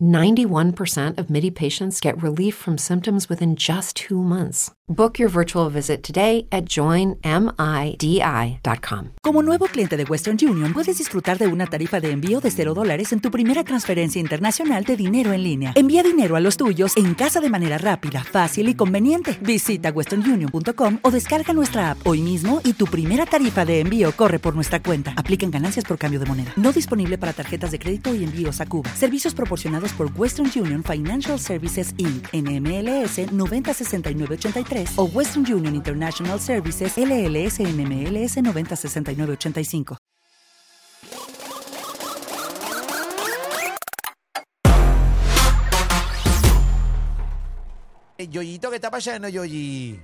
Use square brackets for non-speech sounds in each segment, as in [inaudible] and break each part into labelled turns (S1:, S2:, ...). S1: 91% of MIDI patients get relief from symptoms within just two months. Book your virtual visit today at joinmidi.com.
S2: Como nuevo cliente de Western Union, puedes disfrutar de una tarifa de envío de 0 dólares en tu primera transferencia internacional de dinero en línea. Envía dinero a los tuyos en casa de manera rápida, fácil y conveniente. Visita westernunion.com o descarga nuestra app hoy mismo y tu primera tarifa de envío corre por nuestra cuenta. Aplican ganancias por cambio de moneda. No disponible para tarjetas de crédito y envíos a Cuba. Servicios proporcionados por Western Union Financial Services Inc. NMLS 906983 o Western Union International Services LLS NMLS 906985.
S3: Eh, Yoyito, ¿qué está pasando, Yoyi?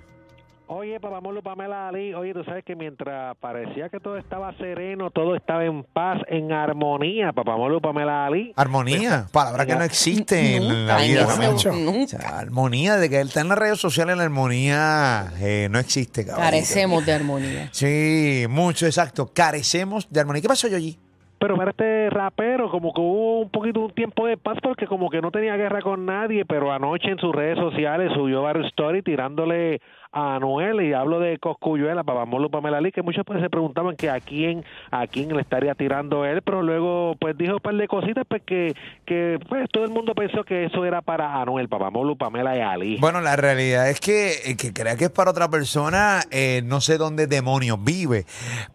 S4: Oye, Papamolo, Pamela Ali, oye, tú sabes que mientras parecía que todo estaba sereno, todo estaba en paz, en armonía, Papamolo, Pamela Ali.
S3: Armonía, palabra que no existe en la
S5: Nunca,
S3: vida.
S5: en ese
S3: Nacho.
S5: momento.
S3: O sea, armonía, de que él está en las redes sociales, la armonía eh, no existe, cabrón.
S5: Carecemos de armonía.
S3: Sí, mucho, exacto. Carecemos de armonía. ¿Qué pasó, Yoyi?
S4: Pero para este rapero, como que hubo un poquito un tiempo de paz porque como que no tenía guerra con nadie, pero anoche en sus redes sociales subió varios stories tirándole a Anuel y hablo de Coscuyuela, Papamolo, Pamela Ali, que muchos pues se preguntaban que a quién, a quién le estaría tirando él, pero luego pues dijo un par de cositas pues que, que pues todo el mundo pensó que eso era para Anuel, Papamolo, Pamela y Ali.
S3: Bueno, la realidad es que el que crea que es para otra persona, eh, no sé dónde demonios vive,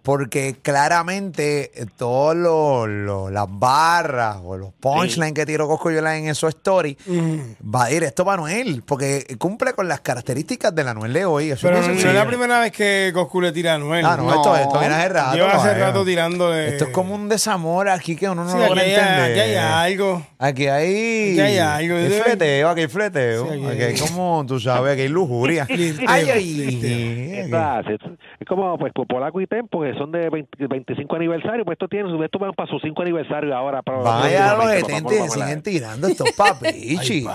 S3: porque claramente eh, todos los- los- las barras o los punchlines que tiró Coscoyola en esos stories
S6: Mm.
S3: va directo para Noel, porque cumple con las características de la Noel de hoy. Eso
S6: Pero
S3: que
S6: no,
S3: se-
S6: no es la primera vez que Coscu le tira a Noel.
S3: Ah, no,
S5: No.
S3: esto, esto viene hace rato.
S6: Lleva hace
S3: caballo.
S6: rato tirándole.
S3: Esto es como un desamor aquí que uno no
S6: Sí,
S3: lo logra
S6: aquí hay-
S3: entender.
S6: aquí hay algo.
S3: Aquí hay.
S6: Aquí hay algo.
S3: Hay
S6: Yo-
S3: fleteo, aquí hay fleteo.
S6: Sí, aquí
S3: aquí,
S6: hay-
S3: hay como, tú sabes, aquí hay
S6: [laughs]
S3: lujuria. ay,
S6: Flirteo,
S3: ay.
S4: Estas, es, es como pues Polaco y Tempo que son de 20 25 aniversario, pues esto tienen, esto van para su 5 aniversario ahora. Pero,
S3: Vaya a los
S4: próximamente, papá,
S3: 70
S4: papá,
S3: y
S4: papá.
S3: siguen tirando estos
S4: [laughs]
S3: papichi.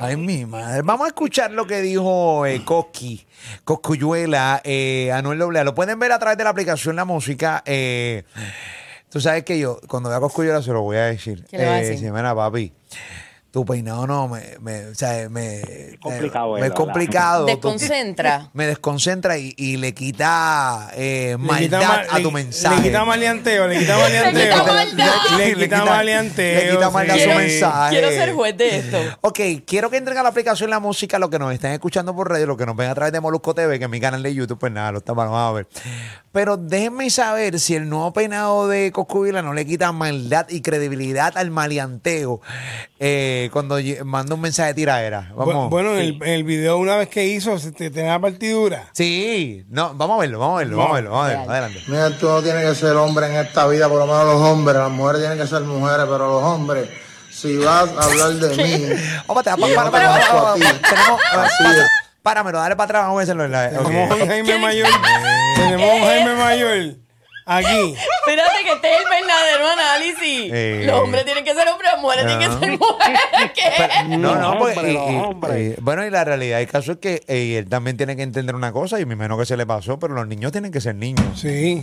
S3: Ay, mi madre. Vamos a escuchar lo que dijo eh, Cosqui, Coscuyuela, eh, Anuel Doblea. Lo pueden ver a través de la aplicación La Música. eh, tú sabes que yo, cuando vea a Coscuyuela, se lo voy a decir.
S5: ¿Qué le vas a
S3: Eh,
S5: decir?
S3: sí, mira, papi. Tu peinado no me, me, o sea, me,
S4: complicado,
S3: me es
S4: ¿verdad?
S5: [laughs]
S3: complicado. Tu- [laughs]
S5: Desconcentra.
S3: me desconcentra y, y le quita eh,
S6: Le quita
S3: maldad
S6: ma-
S3: a
S6: le-
S3: tu mensaje.
S6: Le quita maleanteo,
S3: [laughs]
S6: le quita
S5: Le quita
S6: maleanteo.
S5: maldad.
S6: Le quita maleanteo.
S3: Le quita maldad a
S6: sí.
S3: su
S5: Quiero-
S3: mensaje.
S5: Quiero ser juez de esto.
S3: Ok, quiero que entren a la aplicación La Música, los que nos están escuchando por radio, los que nos ven a través de Molusco TV, que es mi canal de YouTube, pues nada, lo estamos vamos a ver. Pero déjenme saber si el nuevo peinado de Coscubila no le quita maldad y credibilidad al maleanteo eh, cuando lle- manda un mensaje de tiraera.
S6: Bu-
S3: Vamos.
S6: Bueno, en el, en el video una vez que hizo, se te tenía partidura.
S3: Sí, no, vamos a verlo, vamos a verlo, vamos a verlo, vamos a verlo, adelante.
S7: Mira, tú no tienes que ser hombre en esta vida, por lo menos los hombres. Las mujeres tienen que ser mujeres, pero los hombres, si vas a hablar de mí,
S3: Vamos Oh, para atrás, para, para, para, para, para, para. Tenemos- para- Páramelo, dale para atrás, vamos a hacerlo en la.
S6: Tenemos
S3: ok.
S6: un Jaime Mayor. Tenemos
S5: Eh,
S6: un Jaime Mayor. Aquí.
S5: Espérate que este es el verdadero análisis.
S3: Eh.
S5: Los hombres tienen que ser hombres, las mujeres
S3: Ah.
S5: tienen que
S3: [laughs]
S5: ser mujeres. ¿Qué?
S3: Pero-
S5: [laughs]
S3: no,
S4: Los
S3: no, pues,
S4: hombres,
S3: y-
S4: los
S3: y-
S4: hombres.
S3: y- bueno, y la realidad del caso es que eh, él también tiene que entender una cosa, y me imagino que se le pasó, pero los niños tienen que ser niños.
S6: Sí.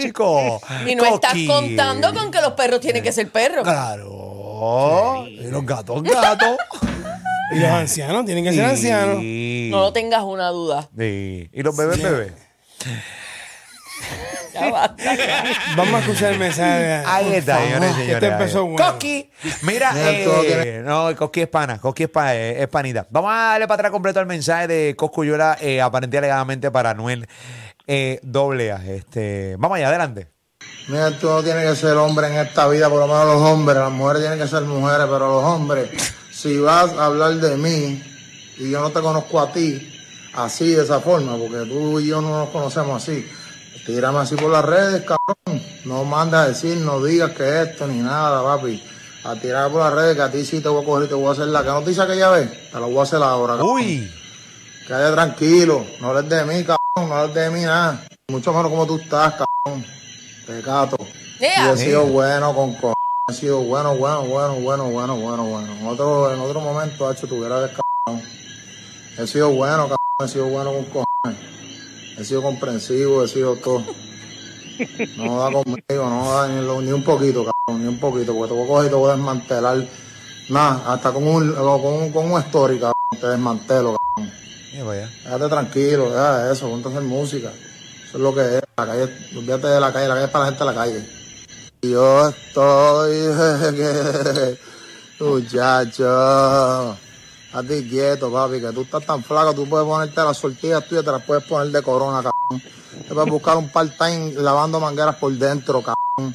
S3: Chicos.
S5: Y no estás contando con que los perros tienen que ser perros.
S6: Oh,
S3: Claro. Y los gatos, [laughs] gatos.
S6: Y los ancianos tienen que ser ancianos.
S3: Y,
S5: No lo tengas una duda.
S3: y- y los bebés, bebés. [laughs]
S5: Ya basta.
S6: Vamos a escuchar el mensaje.
S3: Ahí está,
S6: Por favor,
S3: señores,
S6: que
S3: señores.
S6: Este empezó
S3: ahí.
S6: bueno.
S3: Coqui. Mira,
S7: Mira,
S3: eh,
S7: todo tiene-
S3: no, Coqui es pana, Coqui es, pa- eh, es panita. Vamos a darle para atrás completo el mensaje de Coscuyola, eh, aparente y alegadamente para Anuel eh, doble A. Este, vamos allá, adelante.
S7: mira, tú no tienes que ser hombre en esta vida, por lo menos los hombres. Las mujeres tienen que ser mujeres, pero los hombres, si vas a hablar de mí y yo no te conozco a ti, así, de esa forma, porque tú y yo no nos conocemos así. Tírame así por las redes, cabrón. No mandas a decir, no digas que esto ni nada, papi. A tirar por las redes que a ti sí te voy a coger y te voy a hacer la que no te hice aquella vez. Te la voy a hacer ahora, cabrón.
S3: Uy.
S7: Cállate tranquilo, no les de mí, cabrón. no hables de mí nada. Mucho menos como tú estás, cabrón. Pecato.
S5: Ea.
S7: Yo he sido bueno con co... He sido bueno, bueno, bueno, bueno, bueno, bueno, bueno. En otro, en otro momento, hacho, tuviera de cabrón. He sido bueno, cabrón. He sido bueno con cojones. He sido comprensivo, he sido todo. No da conmigo, no da ni, lo- ni un poquito, cabrón, ni un poquito, porque te voy a coger y te voy a desmantelar. Nada, hasta con un, con un, con un story, cabrón, te desmantelo, cabrón.
S3: Mira para allá.
S7: Déjate tranquilo, deja eso, ponte a hacer música. Eso es lo que es. La calle, olvídate de la calle, la calle es para la gente de la calle. Y Yo [laughs] estoy, muchacho. A ti quieto, papi, que tú estás tan flaco, tú puedes ponerte las sortillas tuyas, te las puedes poner de corona, cabrón. Te puedes buscar un part-time lavando mangueras por dentro, cabrón.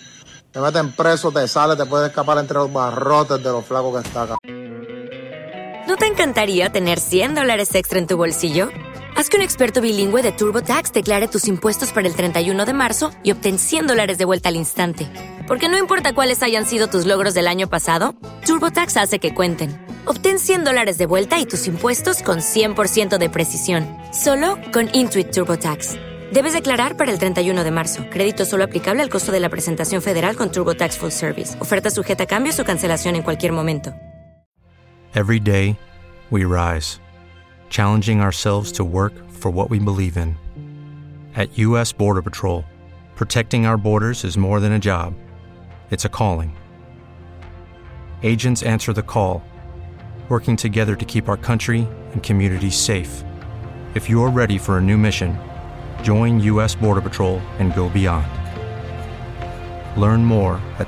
S7: Te meten preso, te sale, te puedes escapar entre los barrotes de los flacos que está, cabrón.
S8: ¿No te encantaría tener 100 dólares extra en tu bolsillo? Haz que un experto bilingüe de TurboTax declare tus impuestos para el 31 de marzo y obtén 100 dólares de vuelta al instante. Porque no importa cuáles hayan sido tus logros del año pasado, TurboTax hace que cuenten. Obtén 100 dólares de vuelta y tus impuestos con 100% de precisión, solo con Intuit TurboTax. Debes declarar para el 31 de marzo. Crédito solo aplicable al costo de la presentación federal con TurboTax Full Service. Oferta sujeta a cambios o cancelación en cualquier momento.
S9: Every day, we rise, challenging ourselves to work for what we believe in. At U.S. Border Patrol, protecting our borders is more than a job, it's a calling. Agents answer the call, working together to keep our country and communities safe. If you're ready for a new mission, join U.S. Border Patrol and go beyond. Learn more at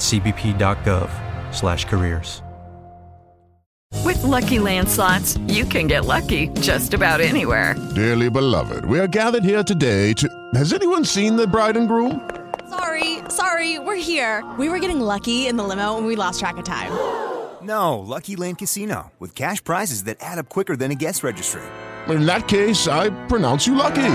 S9: cbp.gov/careers.
S10: With Lucky Land slots, you can get lucky just about anywhere.
S11: Dearly beloved, we are gathered here today to. Has anyone seen the bride and groom?
S12: Sorry, sorry, we're here. We were getting lucky in the limo and we lost track of time.
S13: No, Lucky Land Casino, with cash prizes that add up quicker than a guest registry.
S11: In that case, I pronounce you lucky.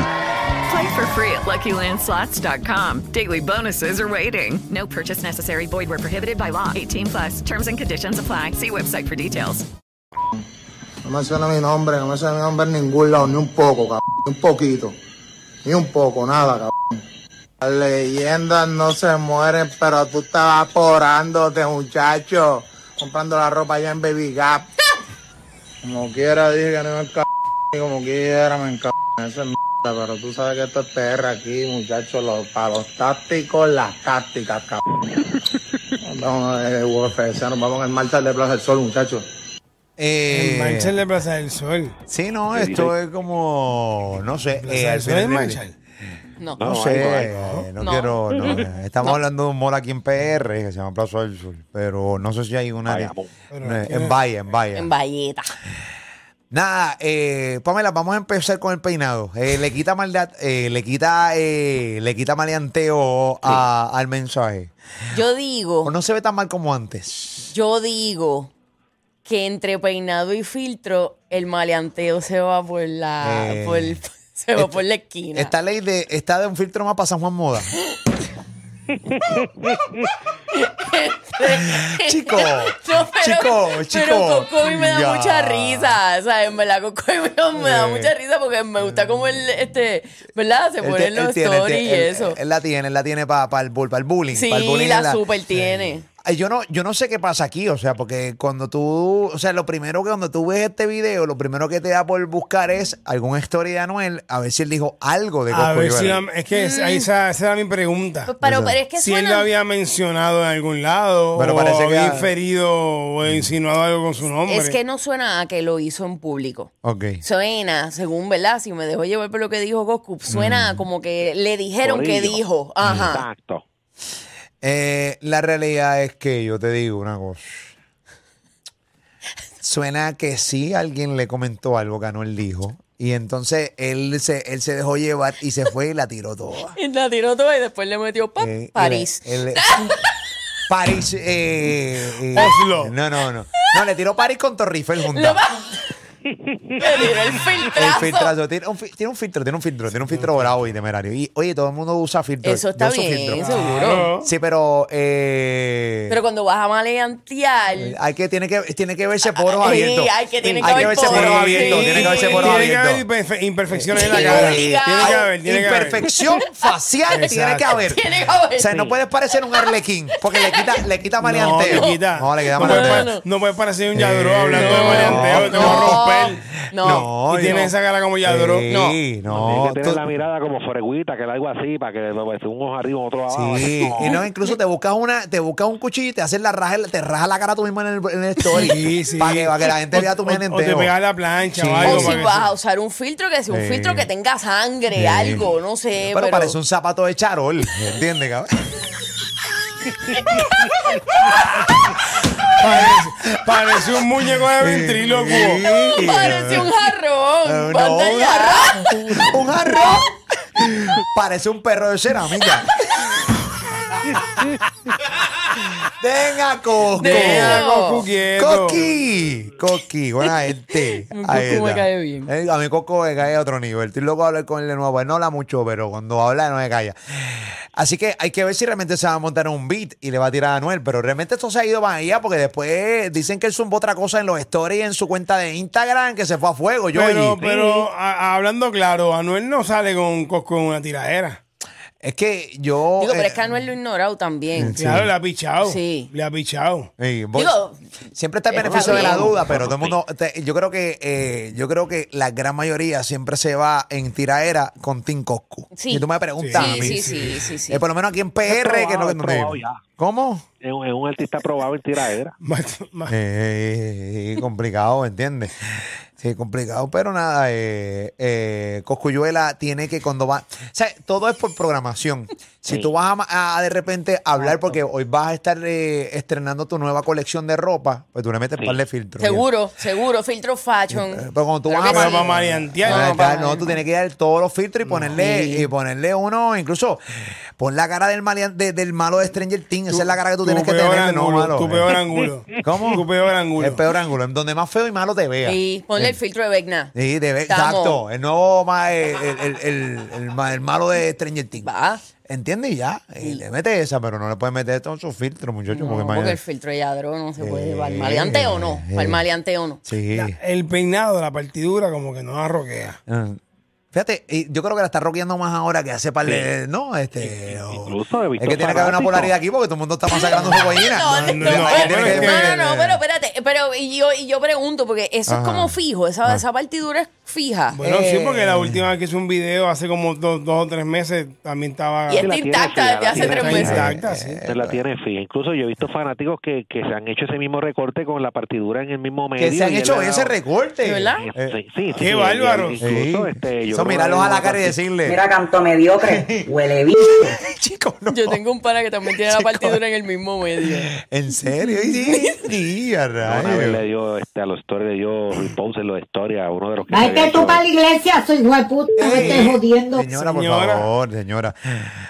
S10: Play for free at LuckyLandSlots.com. Daily bonuses are waiting. No purchase necessary. Void were prohibited by law. 18 plus. Terms and conditions apply. See website for details.
S7: No menciona mi nombre, no menciona mi nombre en ningún lado, ni un poco, cabrón, ni un poquito, ni un poco, nada, cabrón. Las leyendas no se mueren, pero tú estás vaporándote, muchacho, comprando la ropa allá en Baby Gap. Como quiera dije que no me encab- y como quiera me encab- eso es mierda, pero tú sabes que esto es PR aquí, muchacho, los, para los tácticos, las tácticas, cabrón. Vamos a UFC, nos vamos en el marcha de Plaza del Sol, muchachos.
S3: Eh,
S6: En Marshall de Plaza del Sol.
S3: Sí, no, esto es como, no sé, eh, al
S6: Plaza del Sol es
S3: final del-
S6: Marshall.
S5: No.
S3: No, sé, eh, no,
S5: No.
S3: quiero.
S5: [laughs]
S3: no, eh, estamos hablando de un mall aquí en PR que se llama Plaza del Sur, pero no sé si hay una. no, eh, en Valle, en Valle.
S5: En Valleta.
S3: Nada, eh, Pamela, vamos a empezar con el peinado. Eh, le quita maldad, eh, le quita, eh, le quita maleanteo a- al mensaje.
S5: Yo
S3: O
S5: digo,
S3: no se ve tan mal como antes.
S5: yo digo que entre peinado y filtro, el maleanteo se va por la.
S3: Eh,
S5: por, [laughs] se va
S3: esta-
S5: por la esquina.
S3: Esta ley de, está de un filtro más para San Juan
S5: [laughs]
S3: Moda.
S5: [laughs]
S3: chico,
S5: No, Este, pero,
S3: chico, chico.
S5: Pero Cocoy me da
S3: Ya.
S5: mucha risa. O sea, en verdad, Cocoy me, me da
S3: Eh.
S5: mucha risa porque me gusta como él, este, ¿verdad? Se
S3: Mm. Él te-
S5: ponen
S3: él
S5: los
S3: tiene, él
S5: stories
S3: tiene,
S5: y
S3: él-
S5: eso.
S3: Él, él la tiene, él la tiene para el, bull- pa el bullying.
S5: sí,
S3: pa el bullying
S5: la
S3: él
S5: super tiene.
S3: Ay, Yo no, yo no sé qué pasa aquí, o sea, porque cuando tú, o sea, lo primero que cuando tú ves este video, lo primero que te da por buscar es algún story de Anuel, a ver si él dijo algo de
S6: A
S3: Coco
S6: ver si
S3: Joel.
S6: la- es que es-
S5: Mm.
S6: ahí esa, esa era mi pregunta.
S5: Pues, pero, pero es que
S6: si
S5: suena.
S6: él lo había mencionado en algún lado,
S3: Pero
S6: o
S3: parece que
S6: había
S3: ha-
S6: inferido o insinuado algo con su nombre.
S5: Es que no suena a que lo hizo en público.
S3: Ok.
S5: Suena, según, ¿verdad? Si me dejo llevar por lo que dijo Goku,
S3: Mm.
S5: suena como que le dijeron que
S4: Corillo.
S5: dijo. Ajá.
S4: Exacto.
S3: Eh, la realidad es que yo te digo una cosa. Suena que sí, alguien le comentó algo que Anuel dijo. Y entonces él se, él se dejó llevar y se fue y la tiró toda.
S5: Y la tiró toda y después le metió pa,
S3: Mm. Eh,
S5: [laughs] París.
S3: él- él- [laughs] París. eh, eh,
S6: Oslo.
S3: eh, No, no, no. No, le tiró París con Torrifel junto.
S5: Lo va- [laughs] el
S3: El
S5: filtrazo.
S3: filtrazo. Tiene un, fi- tiene un filtro, tiene un filtro, tiene un filtro bravo y temerario. Y oye, todo el mundo usa filtros.
S5: Eso está
S3: Yo uso
S5: bien,
S3: filtros.
S5: seguro. Claro.
S3: Sí, pero. eh,
S5: Pero cuando vas a maleantear,
S3: hay que, tiene, que, tiene que verse poros
S5: Ah, Sí,
S3: abiertos.
S5: hay que- tiene que haber
S3: verse
S5: poros.
S3: poros abiertos.
S5: Sí.
S3: Tiene que verse poros
S6: Tiene que
S3: abiertos.
S6: haber imperfe- imperfecciones en la cara. Tiene que haber, tiene que haber.
S3: Imperfección
S5: [laughs]
S3: facial tiene que
S6: Exacto.
S3: haber.
S6: Tiene que haber.
S3: O sea, no
S6: Sí.
S3: puedes parecer un arlequín porque le quita, le quita
S6: No,
S3: maleanteo.
S6: le quita.
S3: No, Eh, le quita
S6: No puede
S3: maleanteo.
S6: pa- no puede parecer un Yadro hablando de maleanteo. Te va a romper.
S3: No,
S6: Y
S3: no.
S6: tiene esa cara como Yadro.
S3: Sí, no.
S4: Tienes que tener
S3: tú-
S4: la mirada como fregüita, que algo así, para que pues, un ojo arriba, otro abajo.
S3: Sí,
S4: No.
S3: y no, incluso te buscas una, te buscas un cuchillo y te haces la raja, te raja la cara tú mismo en el, en el story. Para que, pa' que la gente
S6: O-
S3: vea tu
S6: o-
S3: mente
S6: o te pegas la plancha o algo.
S5: o si
S6: para que-
S5: vas a usar un filtro, que sea un
S3: Sí.
S5: filtro que tenga sangre,
S3: Sí.
S5: algo, no sé.
S3: Pero,
S5: Eh, Pero,
S3: parece
S5: [laughs]
S3: un zapato de charol, ¿entiendes, cabrón?
S6: Parece, parece un muñeco de ventrílocuo.
S5: Parece un jarrón.
S3: Eh, No,
S5: Banda
S3: un
S5: ya.
S3: jarrón. Un
S5: [laughs]
S3: jarrón. Parece un perro de cerámica. Venga, Coco.
S6: Deja a Coco quieto.
S3: Coqui. Coqui, buena gente.
S5: [laughs] Un
S3: Ahí
S5: Coco me
S3: está.
S5: cae bien.
S3: Eh, A mi Coco me cae a otro nivel. Estoy loco de hablar con él de nuevo. Él no habla mucho, pero cuando habla no me calla. Así que hay que ver si realmente se va a montar un beat y le va a tirar a Anuel. Pero realmente esto se ha ido más allá porque después dicen que él zumbó otra cosa en los stories en su cuenta de Instagram que se fue a fuego. Yo
S6: Pero, pero a- hablando claro, Anuel no sale con, con, con una tiradera.
S3: Es que yo. eh,
S5: Digo, pero es que Anuel lo ignorado también.
S6: Claro, le ha pichado.
S5: Sí.
S6: Le ha pichado.
S3: Sí, voy-
S5: Digo, eh,
S3: siempre está el
S5: está
S3: beneficio de la
S5: bien.
S3: duda, pero todo el mundo, te- yo creo que eh, yo creo que la gran mayoría siempre se va en tiraera con Tim Coscu.
S5: Sí.
S3: Y tú me preguntas
S5: Sí,
S3: a mí.
S5: sí, sí, sí, sí.
S3: Eh, por lo menos aquí en PR, que no que no te-
S4: Probado ya.
S3: ¿Cómo?
S4: Es un, es un artista probado en
S6: [laughs]
S4: tiradera.
S3: [laughs] Eh, complicado, ¿entiendes? Sí, complicado, pero nada, eh, eh, Coscuyuela tiene que cuando va... O sea, todo es por programación. Si
S5: Sí.
S3: tú vas a ma- a, de repente hablar porque hoy vas a estar eh, estrenando tu nueva colección de ropa, pues tú le metes par de filtros.
S5: Seguro, seguro, filtro fashion.
S3: Pero cuando tú
S5: Creo
S3: vas a
S5: que sí.
S6: Pero para mariantear.
S3: no,
S6: No,
S3: está- no, tú tienes que dar todos los filtros y ponerle y ponerle uno, incluso pon la cara del, malean- de- del malo de Stranger Things, esa es la cara que tú
S6: tu
S3: tienes que
S6: peor
S3: tener de no
S6: ángulo,
S3: malo.
S6: tu
S3: eh. [laughs]
S6: peor ángulo.
S3: ¿Cómo?
S6: Tu peor ángulo.
S3: El peor ángulo, en donde más feo y malo te vea.
S5: Sí, ponle el filtro de Vecna.
S3: eh, Sí, pues, de ver-
S5: Estamos.
S3: exacto. El nuevo ma- eh, el, el, el- el ma- el malo de Stranger Things.
S5: Va.
S3: ¿Entiendes? Y ya. Y le mete esa, pero no le puedes meter todos esos filtros, muchachos. porque
S5: No,
S3: imagínate.
S5: porque el filtro de Yadro no se puede
S3: Eh,
S5: llevar. Maleante o no.
S3: eh.
S5: Para el maleante o no.
S3: Sí.
S6: El peinado, la partidura, como que no arroquea.
S3: Ah. Fíjate, y yo creo que la está roqueando más ahora que hace par de. No, este. o-
S4: Incluso he
S3: es
S4: visto
S3: que tiene que haber una
S4: fanáticos.
S3: polaridad aquí porque todo el mundo está masacrando su gallina.
S5: [laughs]
S6: no,
S5: No,
S6: no, pero es que-
S5: No, no, no, pero espérate. Pero y yo, y yo pregunto, porque eso
S3: Eh. Ajá. Ah.
S5: es como fijo. Esa, esa partidura es fija.
S6: Bueno,
S3: Eh.
S6: sí, porque la última vez que hice un video hace como dos, dos o tres meses también estaba.
S5: Y
S4: la
S5: está
S4: tiene
S5: intacta
S4: fija,
S5: desde
S4: la Eh,
S5: hace
S4: tiene
S5: tres
S4: fija.
S5: meses.
S6: Intacta, sí.
S4: Se la tiene fija. Incluso yo he visto fanáticos que, que se han hecho ese mismo recorte con la partidura en el mismo medio.
S3: Que se han
S4: y él
S3: hecho
S4: le ha
S3: ese
S4: dado-
S3: recorte.
S5: ¿De verdad?
S4: Sí, Eh, sí, sí,
S6: Qué
S4: sí,
S6: bárbaro.
S4: y- y Incluso,
S3: Sí.
S4: este, yo
S3: Eso,
S4: creo que
S3: mirarlos a la cara y
S4: algo así.
S3: decirle.
S14: Mira, canto mediocre, huele bicho.
S3: chicos, [laughs] no.
S5: Yo tengo un pana que también tiene la partidura en el mismo medio.
S3: En serio. Y sí, sí, a
S4: Una vez
S3: rayos.
S4: le dio este, a los stories, le dio repose en los stories a uno de los que. se
S15: Ay,
S4: había
S15: que tú
S4: hecho-
S15: para la iglesia, soy hijo de puta, me estés jodiendo.
S3: Señora, por
S6: Señora.
S3: favor, señora.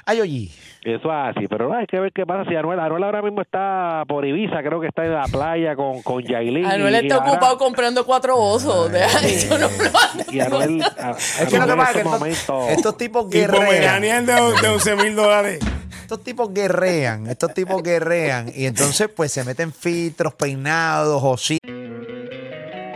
S3: Ay, oye.
S4: Eso así, pero no, hay que ver qué pasa si Anuel, Anuel ahora mismo está por Ibiza, creo que está en la playa con, con Yailin.
S5: Anuel
S4: y-
S5: está
S4: y ahora-
S5: ocupado comprando cuatro osos. deja Eso no lo hagas.
S4: Y Anuel, a-
S3: Es que lo que
S4: Anuel
S3: pasa
S4: en
S3: es que
S4: este
S3: estos,
S4: momento...
S3: estos tipos
S6: Y
S3: guerrean.
S6: Pomeranian de, de 11 mil dólares.
S3: Estos tipos guerrean. Estos tipos guerrean. Y entonces, pues se meten filtros, peinados, o sí.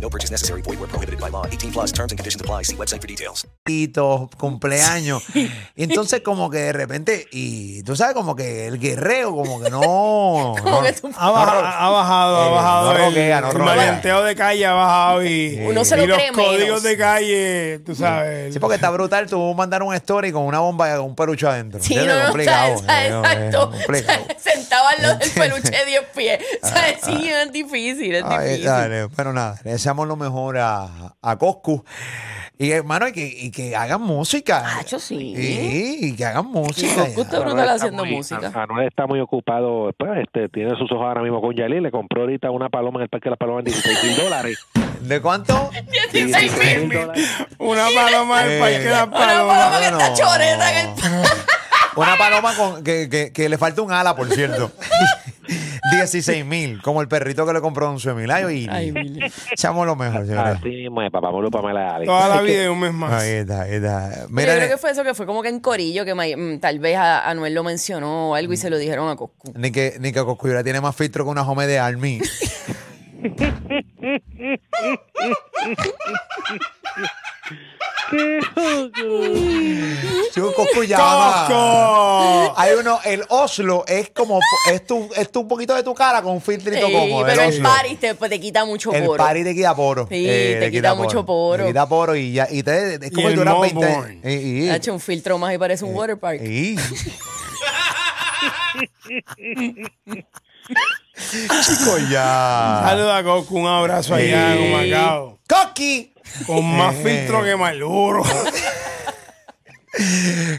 S16: No purchase necessary. Void where prohibited by law. 18 plus terms and conditions apply. See website for details.
S3: Tito, cumpleaños. Y entonces como que de repente, y tú sabes como que el guerreo [laughs] como que no... no-
S6: que
S3: no
S6: Ah. Ha bajado,
S3: ro-
S6: ha bajado, ha
S3: Eh,
S6: bajado.
S3: no
S6: el-
S3: roquea, no
S6: el
S3: roquea.
S6: maleanteo de calle ha bajado y,
S3: Uno se lo
S6: y los
S3: cree
S6: códigos
S3: menos.
S6: de calle, tú sabes.
S3: Sí, porque está brutal. Tú mandar un story con una bomba con un peluche adentro.
S5: Sí,
S3: Entiendo,
S5: no,
S3: [laughs]
S5: no,
S3: complicado,
S5: o sea,
S3: eh, no,
S5: exacto.
S3: eh,
S5: [laughs]
S3: complicado. Este.
S5: Sentado al lado del peluche de 10
S3: [laughs]
S5: pies. O sea, sí, es difícil, es
S3: Ay,
S5: difícil.
S3: dale, pero nada, le deseamos lo mejor a, a Coscu. Y hermano, y que, y que hagan música.
S5: Yo sí.
S3: Sí, y que hagan música.
S5: Coscu está
S3: ya.
S5: brutal
S4: Anuel está
S5: haciendo
S4: muy-
S5: música.
S4: A- Anuel está muy ocupado. Pues, este, tiene sus ojos ahora mismo con Yalí. Le compró ahorita una paloma en el Parque de las Palomas en 16 mil dólares.
S3: ¿De cuánto?
S5: 16 mil.
S6: Una paloma del
S3: Eh,
S6: parque de las
S3: una
S6: palomas.
S3: paloma que está choreta
S5: en
S6: el
S3: [laughs] Una paloma con, que, que- que le falta un ala, por cierto. [laughs] 16 mil, como el perrito que le compró a 11 mil. Ay,
S5: Ay,
S3: Echamos lo mejor, señores.
S4: Así mismo es, papá Molo, Pamela Alex.
S6: Toda la vida y un mes más.
S3: Ahí está, ahí está. Mira,
S5: Pero pues.
S3: eh.
S5: yo creo que fue eso, que fue como que en corillo, que may- mm, tal vez a Anuel lo mencionó o algo y se lo dijeron a Coscu.
S3: ni que, ni que Coscuyura tiene más filtro que una home de
S5: [laughs]
S3: Army. Sí, un Coscuyama.
S6: ¡Cosco!
S3: Hay uno, el Oslo es como, es tu, es tu un poquito de tu cara con un filtrito
S5: Ey,
S3: como
S5: pero el
S3: Oslo.
S5: party te, pues, te quita mucho
S3: El
S5: poro.
S3: party te quita poro.
S5: Sí, te quita mucho poro.
S3: Te quita poro y ya. Y te, es como
S6: Y
S3: si
S6: el
S3: duras
S6: Mo
S3: 20.
S6: Born.
S3: Eh, eh, eh.
S5: Ha hecho un filtro más y parece un water
S3: [laughs]
S5: park.
S3: Eh. Chicos, ya.
S6: Saluda a Goku, un abrazo allá
S3: Sí.
S6: en Macao.
S3: ¡Coqui!
S6: Con más
S3: Eh.
S6: filtro que Maluro. [laughs]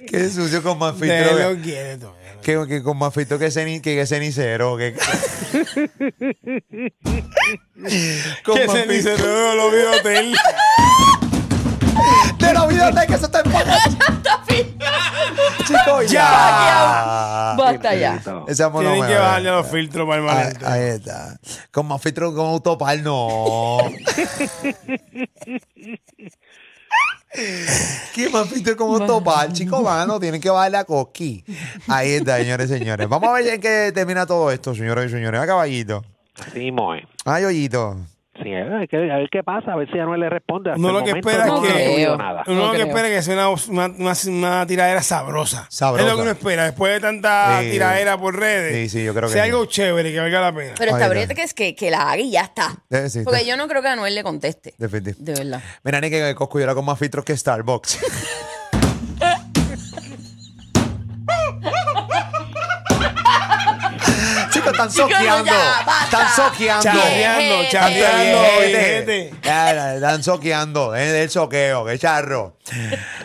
S3: Qué sucio con más filtro.
S6: Déjelo
S3: que- [laughs]
S6: quieto.
S3: Que, que con más filtro que, ceni- que, que cenicero. Que, con
S6: Que
S3: más
S6: se dice
S3: filtro.
S6: todo lo vio hotel.
S3: De la vida que se está
S5: [laughs]
S3: empacando. Chicos, ya.
S5: Basta ya.
S3: Echamos lo
S6: Tienen que
S3: mejor.
S6: bajarle los filtros para el
S3: Ahí,
S6: malento.
S3: ahí está. Con más filtro que un autopar, no. ¿Qué más filtro como autopar? Chico, mano, tienen que bajarle a Coqui. Ahí está, señores y señores. Vamos a ver en qué termina todo esto, señores y señores. A caballito.
S4: Así mismo es.
S3: Ay, hoyito.
S4: Sí, a ver, qué- a ver qué pasa, a ver si Anuel le responde. Hasta
S6: Uno
S4: el
S6: lo que
S4: momento
S6: espera es
S4: no ha
S6: que.
S4: subido nada.
S6: Uno lo que
S5: creo.
S6: espera es que sea una, una, una, una tiradera sabrosa.
S3: Sabrosa.
S6: Es lo que uno espera. Después de tanta
S3: Sí.
S6: tiradera por redes.
S3: Sí, sí, yo creo que
S6: Sea
S3: sí.
S6: algo chévere que valga la pena.
S5: Pero
S3: Ahí
S5: está
S3: está.
S5: brillante que es que, que la haga y ya está.
S3: Eh, sí,
S5: Porque
S3: está.
S5: yo no creo que Anuel le conteste.
S3: Definitivo.
S5: De verdad.
S3: Mira, ni que Coscu llora con más filtros que
S5: [laughs]
S3: Starbucks. Chicos, están
S5: Chicos,
S3: soqueando.
S5: ya, basta.
S3: Están soqueando.
S6: Charreando,
S5: Viejete.
S6: charreando,
S3: Viejete.
S6: viejete.
S3: Ya, ya, Están soqueando. Es del soqueo, que charro.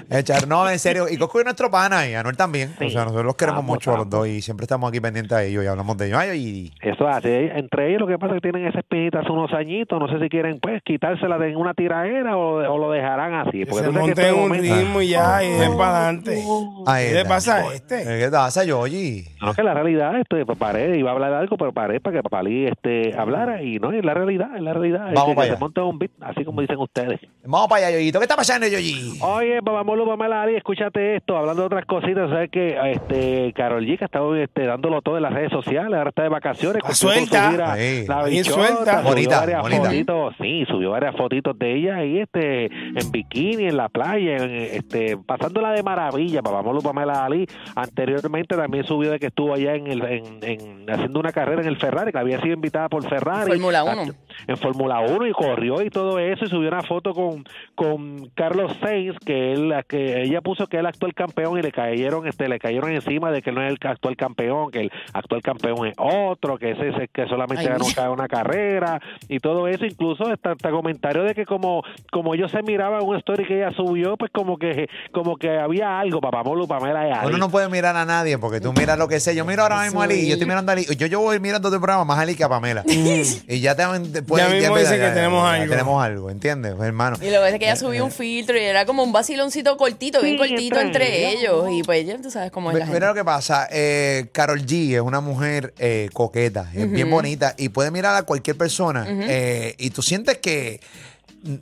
S3: El charro. No, en serio. Y Coscu es nuestro pana y Anuel también. O sea, nosotros los queremos
S4: Vamos,
S3: mucho a los dos y siempre estamos aquí pendientes a ellos y hablamos de ellos. Ay, y-
S4: Eso es así. Entre ellos lo que pasa es que tienen esa espinita hace unos añitos. No sé si quieren pues quitársela de una tiradera o, o lo dejarán así.
S6: Que
S4: Porque
S6: se
S4: tú sabes que
S6: monte
S4: este
S6: un
S4: momento-
S6: ritmo y
S3: Ah,
S6: ya, eh, y es para adelante.
S3: ahí
S6: ¿Qué le
S3: está.
S6: pasa a este?
S3: eh, ¿Qué te pasa, Yoyi?
S4: No, que la realidad, este, pues, paré, iba a hablar de algo, pero paré para que Papalí este, hablara y no, es la realidad, es la realidad.
S3: Vamos
S4: Este,
S3: para
S4: que
S3: allá.
S4: se monte un beat, así como dicen ustedes.
S3: Vamos para allá, Yoyito. ¿Qué está pasando, Yoyi?
S4: Oye, Papamolo, Pamela Ali, escúchate esto, hablando de otras cositas, sabes que este Carol G que ha estado este, dándolo todo en las redes sociales, ahora está de vacaciones,
S6: Ah,
S4: comenzó con
S6: suelta.
S4: subir a-
S3: Ahí.
S4: la
S6: Ahí
S4: bichota,
S6: suelta.
S4: subió
S3: Bonita,
S4: varias
S3: bonita.
S4: fotitos, sí, subió varias fotitos de ella ahí este en bikini, en la playa, en, este pasándola de maravilla, Papamolo, Pamela Ali, anteriormente también subió de que estuvo allá en el en, en- haciendo una carrera en el Ferrari, que había sido invitada por Ferrari.
S5: Fórmula
S4: Ah,
S5: 1.
S4: en Fórmula 1 y corrió y todo eso y subió una foto con, con Carlos Sainz que él que ella puso que él actual campeón y le cayeron este le cayeron encima de que no es el actual campeón que el actual campeón es otro que ese es el que solamente
S5: Ay,
S4: ganó
S5: mira.
S4: cada una carrera y todo eso incluso hasta, hasta comentario de que como como ellos se miraban una story que ella subió pues como que como que había algo papamolo Pamela y Ali.
S3: Uno no puede mirar a nadie porque tú miras lo que sé. Yo miro ahora mismo a Ali, yo estoy mirando a Ali. Yo, yo voy mirando tu programa
S5: Mm.
S3: más a Ali que a Pamela. y ya te, te- puedes-
S6: Ya mismo
S3: empieza-
S6: dicen que tenemos algo.
S3: Tenemos algo, ¿entiendes, Pues, hermano?
S5: Y Y lo que pasa es que ella subió un filtro y era como un vaciloncito cortito, bien
S3: Sí,
S5: cortito entre
S3: entre
S5: ellos. Y pues ya tú sabes cómo es la
S3: Mira
S5: gente.
S3: lo que pasa. Eh, Carol G es una mujer eh, coqueta, es bien
S5: Ujú.
S3: bonita y puede mirar a cualquier persona.
S5: Ujú.
S3: eh, y tú sientes que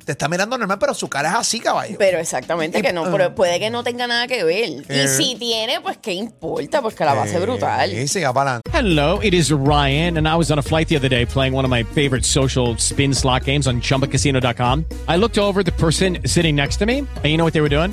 S3: te está mirando normal, pero su cara es así, caballo.
S5: Pero exactamente que no, pero puede que no tenga nada que ver.
S3: ah. Eh.
S5: Y si tiene, pues qué importa, porque la base es brutal.
S17: Hello, it is Ryan, and I was on a flight the other day playing one of my favorite social spin slot games on chumbacasino.com. I looked over at the person sitting next to me, and you know what they were doing?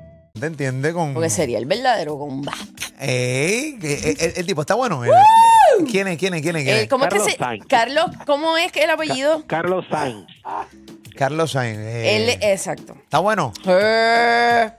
S3: ¿Te entiende con...?
S5: Porque sería el verdadero gomba.
S3: Ey, que- eh, el, el tipo está bueno. eh. ¿Quién es? ¿Quién es? ¿Quién es? quién
S5: Eh,
S3: es?
S5: ¿Cómo es que se- Carlos, ¿cómo es que el apellido?
S3: Carlos Sainz. Carlos Sainz. eh.
S5: Él, exacto.
S3: ¿Está bueno? Está-
S5: Eh,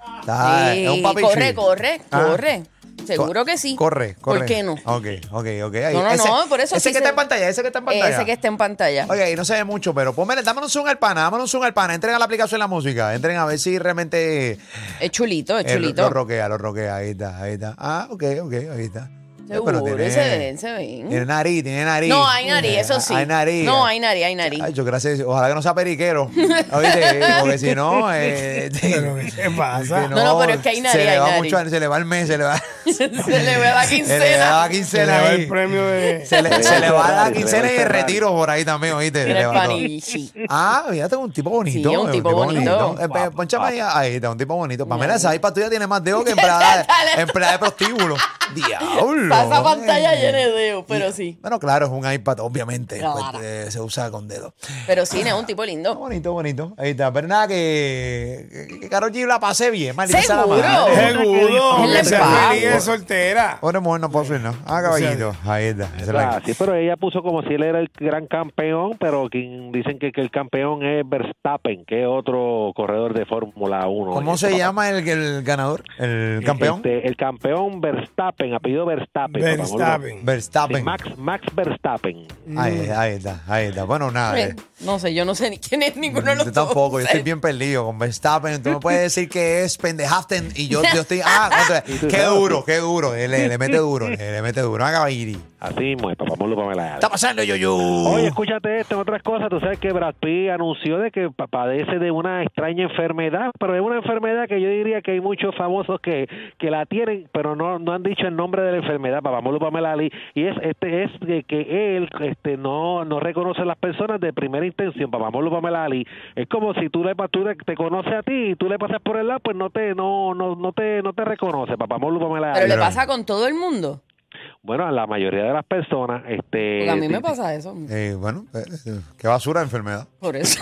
S5: Sí,
S3: es un papi
S5: corre,
S3: chulo.
S5: corre,
S3: Ah.
S5: corre. Seguro
S3: Co-
S5: que sí.
S3: Corre, corre.
S5: ¿Por qué no?
S3: Ok, ok, ok. ahí.
S5: No, no,
S3: Ese-
S5: no, por eso
S3: Ese
S5: sí
S3: que
S5: se-
S3: está en pantalla, ese que está en pantalla.
S5: Ese que está en pantalla.
S3: Oye, ahí no se ve mucho, pero pónmele, dámonos un al pana, dámonos un al pana. Entren a la aplicación de la música, entren a ver si realmente...
S5: Es chulito, es
S3: eh,
S5: chulito.
S3: lo roquea, lo roquea, ahí está, ahí está. Ah, ok, ok, ahí está. Eh, pero
S5: Seguro,
S3: tiene-
S5: se ven, se ven.
S3: Tiene nariz, tiene nariz.
S5: No, hay nariz,
S3: Eh,
S5: eso sí.
S3: Hay nariz.
S5: No, hay nariz, hay nariz.
S3: Ay, yo gracias. Ojalá que no sea
S5: [laughs]
S3: periquero. Oíste, porque si no. [laughs] Eh, ¿Qué pasa?
S5: No, no, pero es que hay nariz,
S3: Se le
S5: hay
S3: va
S5: nariz.
S3: mucho, se le va el mes, se le va.
S5: [laughs] se le ve la
S3: Se le
S5: quincena.
S3: va la quincena.
S6: Se le va
S3: ahí.
S6: el premio de.
S3: Se le, se le va la quincena y el retiro por ahí también, oíste. Se
S6: Mira
S3: le
S6: el
S3: va todo.
S6: panichi.
S3: Ah, fíjate, un tipo bonito.
S5: Sí, un tipo bonito.
S3: Eh, eh, Ponchame ahí, ahí está, un tipo bonito. Pamela, esa iPad tuya tiene más
S5: [laughs]
S3: dedo que empleada, empleada de prostíbulo. Diablo.
S5: Pasa pantalla llena de dedos, pero sí.
S3: Bueno, claro, es un iPad, obviamente.
S5: Claro.
S3: pues, eh, se usa con dedos.
S5: Pero sí, es un tipo lindo.
S3: Bonito, bonito. Ahí está. Pero nada, que, que- que Karol G la pasé bien. Maldita sea la
S6: Seguro.
S3: madre.
S6: Seguro, Es que sea la feliz, pavo. es
S3: soltera. Ahora, mujer, no puedo hacer nada. Ah, caballito. Ahí está. Esa es la-
S4: Ah, sí, pero ella puso como si él era el gran campeón, pero quien dicen que, que el campeón es Verstappen, que es otro corredor de Fórmula 1.
S3: ¿Cómo se llama el, el ganador? ¿El campeón?
S4: Este, el campeón Verstappen, apellido Verstappen. papá, boludo. Sí,
S3: Verstappen. Mm.
S4: Max, Max Verstappen.
S3: Ahí, ahí está, ahí está. Bueno, nada.
S5: Eh,
S3: eh,
S5: No sé, yo no sé ni quién es ninguno de los
S3: Yo
S5: dos.
S3: tampoco, yo estoy bien perdido con Verstappen. Tú me puedes decir que es
S4: [laughs]
S3: pendejaften y yo, yo estoy. [laughs] Ah, contra- qué duro, qué duro. Eh, Le, le mete duro, le, le mete duro. Ah, caballito.
S4: Así, mujer, papá, boludo, Pamela.
S3: Está pasando, yo, yo.
S4: Oye, escúchate esto, en otras cosas, tú sabes que Brad Pitt anunció de que pa- padece de una extraña enfermedad, pero es una enfermedad que yo diría que hay muchos famosos que, que la tienen, pero no, no han dicho el nombre de la enfermedad, papá Molo Pamela Ali, y es este es de que él este no no reconoce a las personas de primera intención, papá Molo Pamela Ali. Es como si tú le pa- tú le- te conoces a ti y tú le pasas por el lado, pues no te no no no te no te reconoce, papá Molo Pamela Ali.
S5: Pero le pasa con todo el mundo.
S4: Bueno, a la mayoría de las personas este
S5: Porque a mí me pasa eso.
S3: Eh, bueno, eh, eh, qué basura de enfermedad.
S5: Por eso.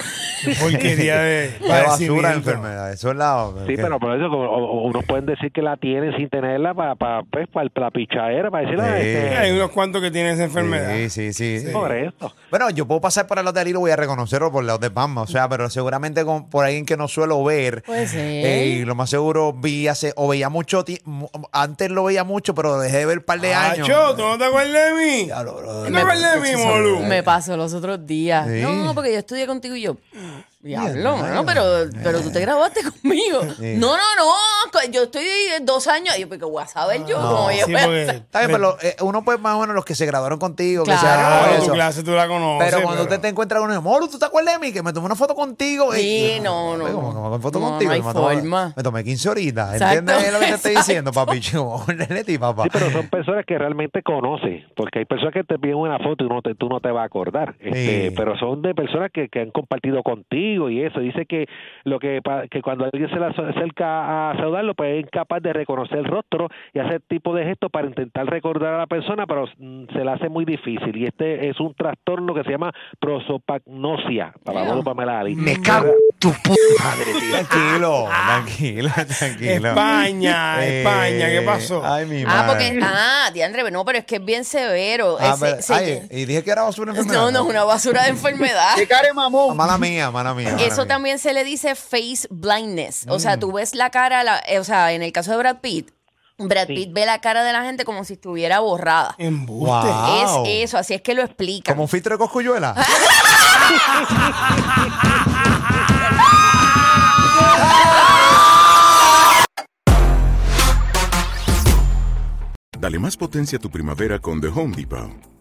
S6: Porquería de.
S3: [laughs] Qué basura de
S6: padecimiento.
S3: enfermedad. Eso es la.
S4: Sí, pero por eso como, o- o- unos pueden decir que la tienen sin tenerla para pa, pues, pa- este, la pichadera, para decirla.
S3: Sí.
S6: Hay unos cuantos que tienen esa enfermedad.
S3: Sí, sí, sí.
S4: Por eso.
S3: Bueno, yo puedo pasar por el lado de Lilo, voy a reconocerlo por el lado de Pamma, o sea, pero seguramente con, por alguien que no suelo ver.
S5: Puede ser.
S3: Eh, y lo más seguro vi hace, o veía mucho, ti- mu- antes lo veía mucho, pero dejé de ver un par de años.
S6: Acho, Ah, ¿tú no te acuerdas de mí?
S3: Diablo, bro.
S6: ¿No te acuerdas de mí, Molu?
S5: Me pasó los otros días.
S3: Sí.
S5: No, porque yo estudié contigo y yo. Diablo, mano, pero, pero tú te grabaste [laughs] conmigo.
S3: Sí.
S5: No, no, no. co- Yo estoy dos años. Yo, porque voy a saber yo. No, yo voy a [laughs] hacer-
S3: Está bien, pero eh, uno pues más o menos los que se graduaron contigo. que se
S5: Claro.
S3: graduaron
S6: Claro,
S3: eso.
S6: tu clase tú la conoces.
S3: Pero cuando usted te encuentra con el Moro, ¿tú te acuerdas de mí? Que me tomé una foto contigo. Eh,
S5: Sí,
S3: Y-
S5: no, no.
S3: Oye, como que me tomé foto
S5: No,
S3: contigo.
S5: no hay
S3: me, tomé,
S5: forma.
S3: me tomé 15 horitas.
S5: Exacto,
S3: ¿Entiendes lo que te estoy
S5: exacto.
S3: diciendo, papi? [laughs] Chico, ti, papá.
S4: Sí, pero son personas que realmente conoces, porque hay personas que te piden una foto y no te, tú no te vas a acordar. Este,
S3: Sí.
S4: Pero son de personas que, que han compartido contigo y eso. Dice que lo que, pa- que cuando alguien se le aso- acerca a saludarlo, pues es incapaz de reconocer el rostro y hacer este tipo de gestos para intentar recordar a la persona, pero mm, se le hace muy difícil. Y este es un trastorno que se llama prosopagnosia. Para vos, Pamela Ali.
S3: Me cago tu puta madre, tío. Tranquilo, tranquilo, tranquilo.
S6: Ah.
S3: Eh,
S6: España, España, ¿qué pasó?
S3: Ay, mi
S5: Ah,
S3: madre.
S5: porque. Ah, Diandre, no, pero es que es bien severo.
S3: Ah,
S5: Ese-
S3: pero-
S5: se-
S3: ay, y dije que era basura enfermedad.
S5: no, no, es una basura de enfermedad.
S3: mamón. Mala mía, mala mía. mala
S5: Eso
S3: mía.
S5: también se le dice face blindness. O
S3: Mm.
S5: sea, tú ves la cara, la- eh, o sea, en el caso de Brad Pitt, Brad
S3: Sí.
S5: Pitt ve la cara de la gente como si estuviera borrada.
S3: Wow.
S5: Es eso, así es que lo
S3: [laughs]
S5: explica.
S3: Como un filtro de
S5: [laughs]
S3: coscuyuela.
S18: Dale más potencia a tu primavera con The Home Depot.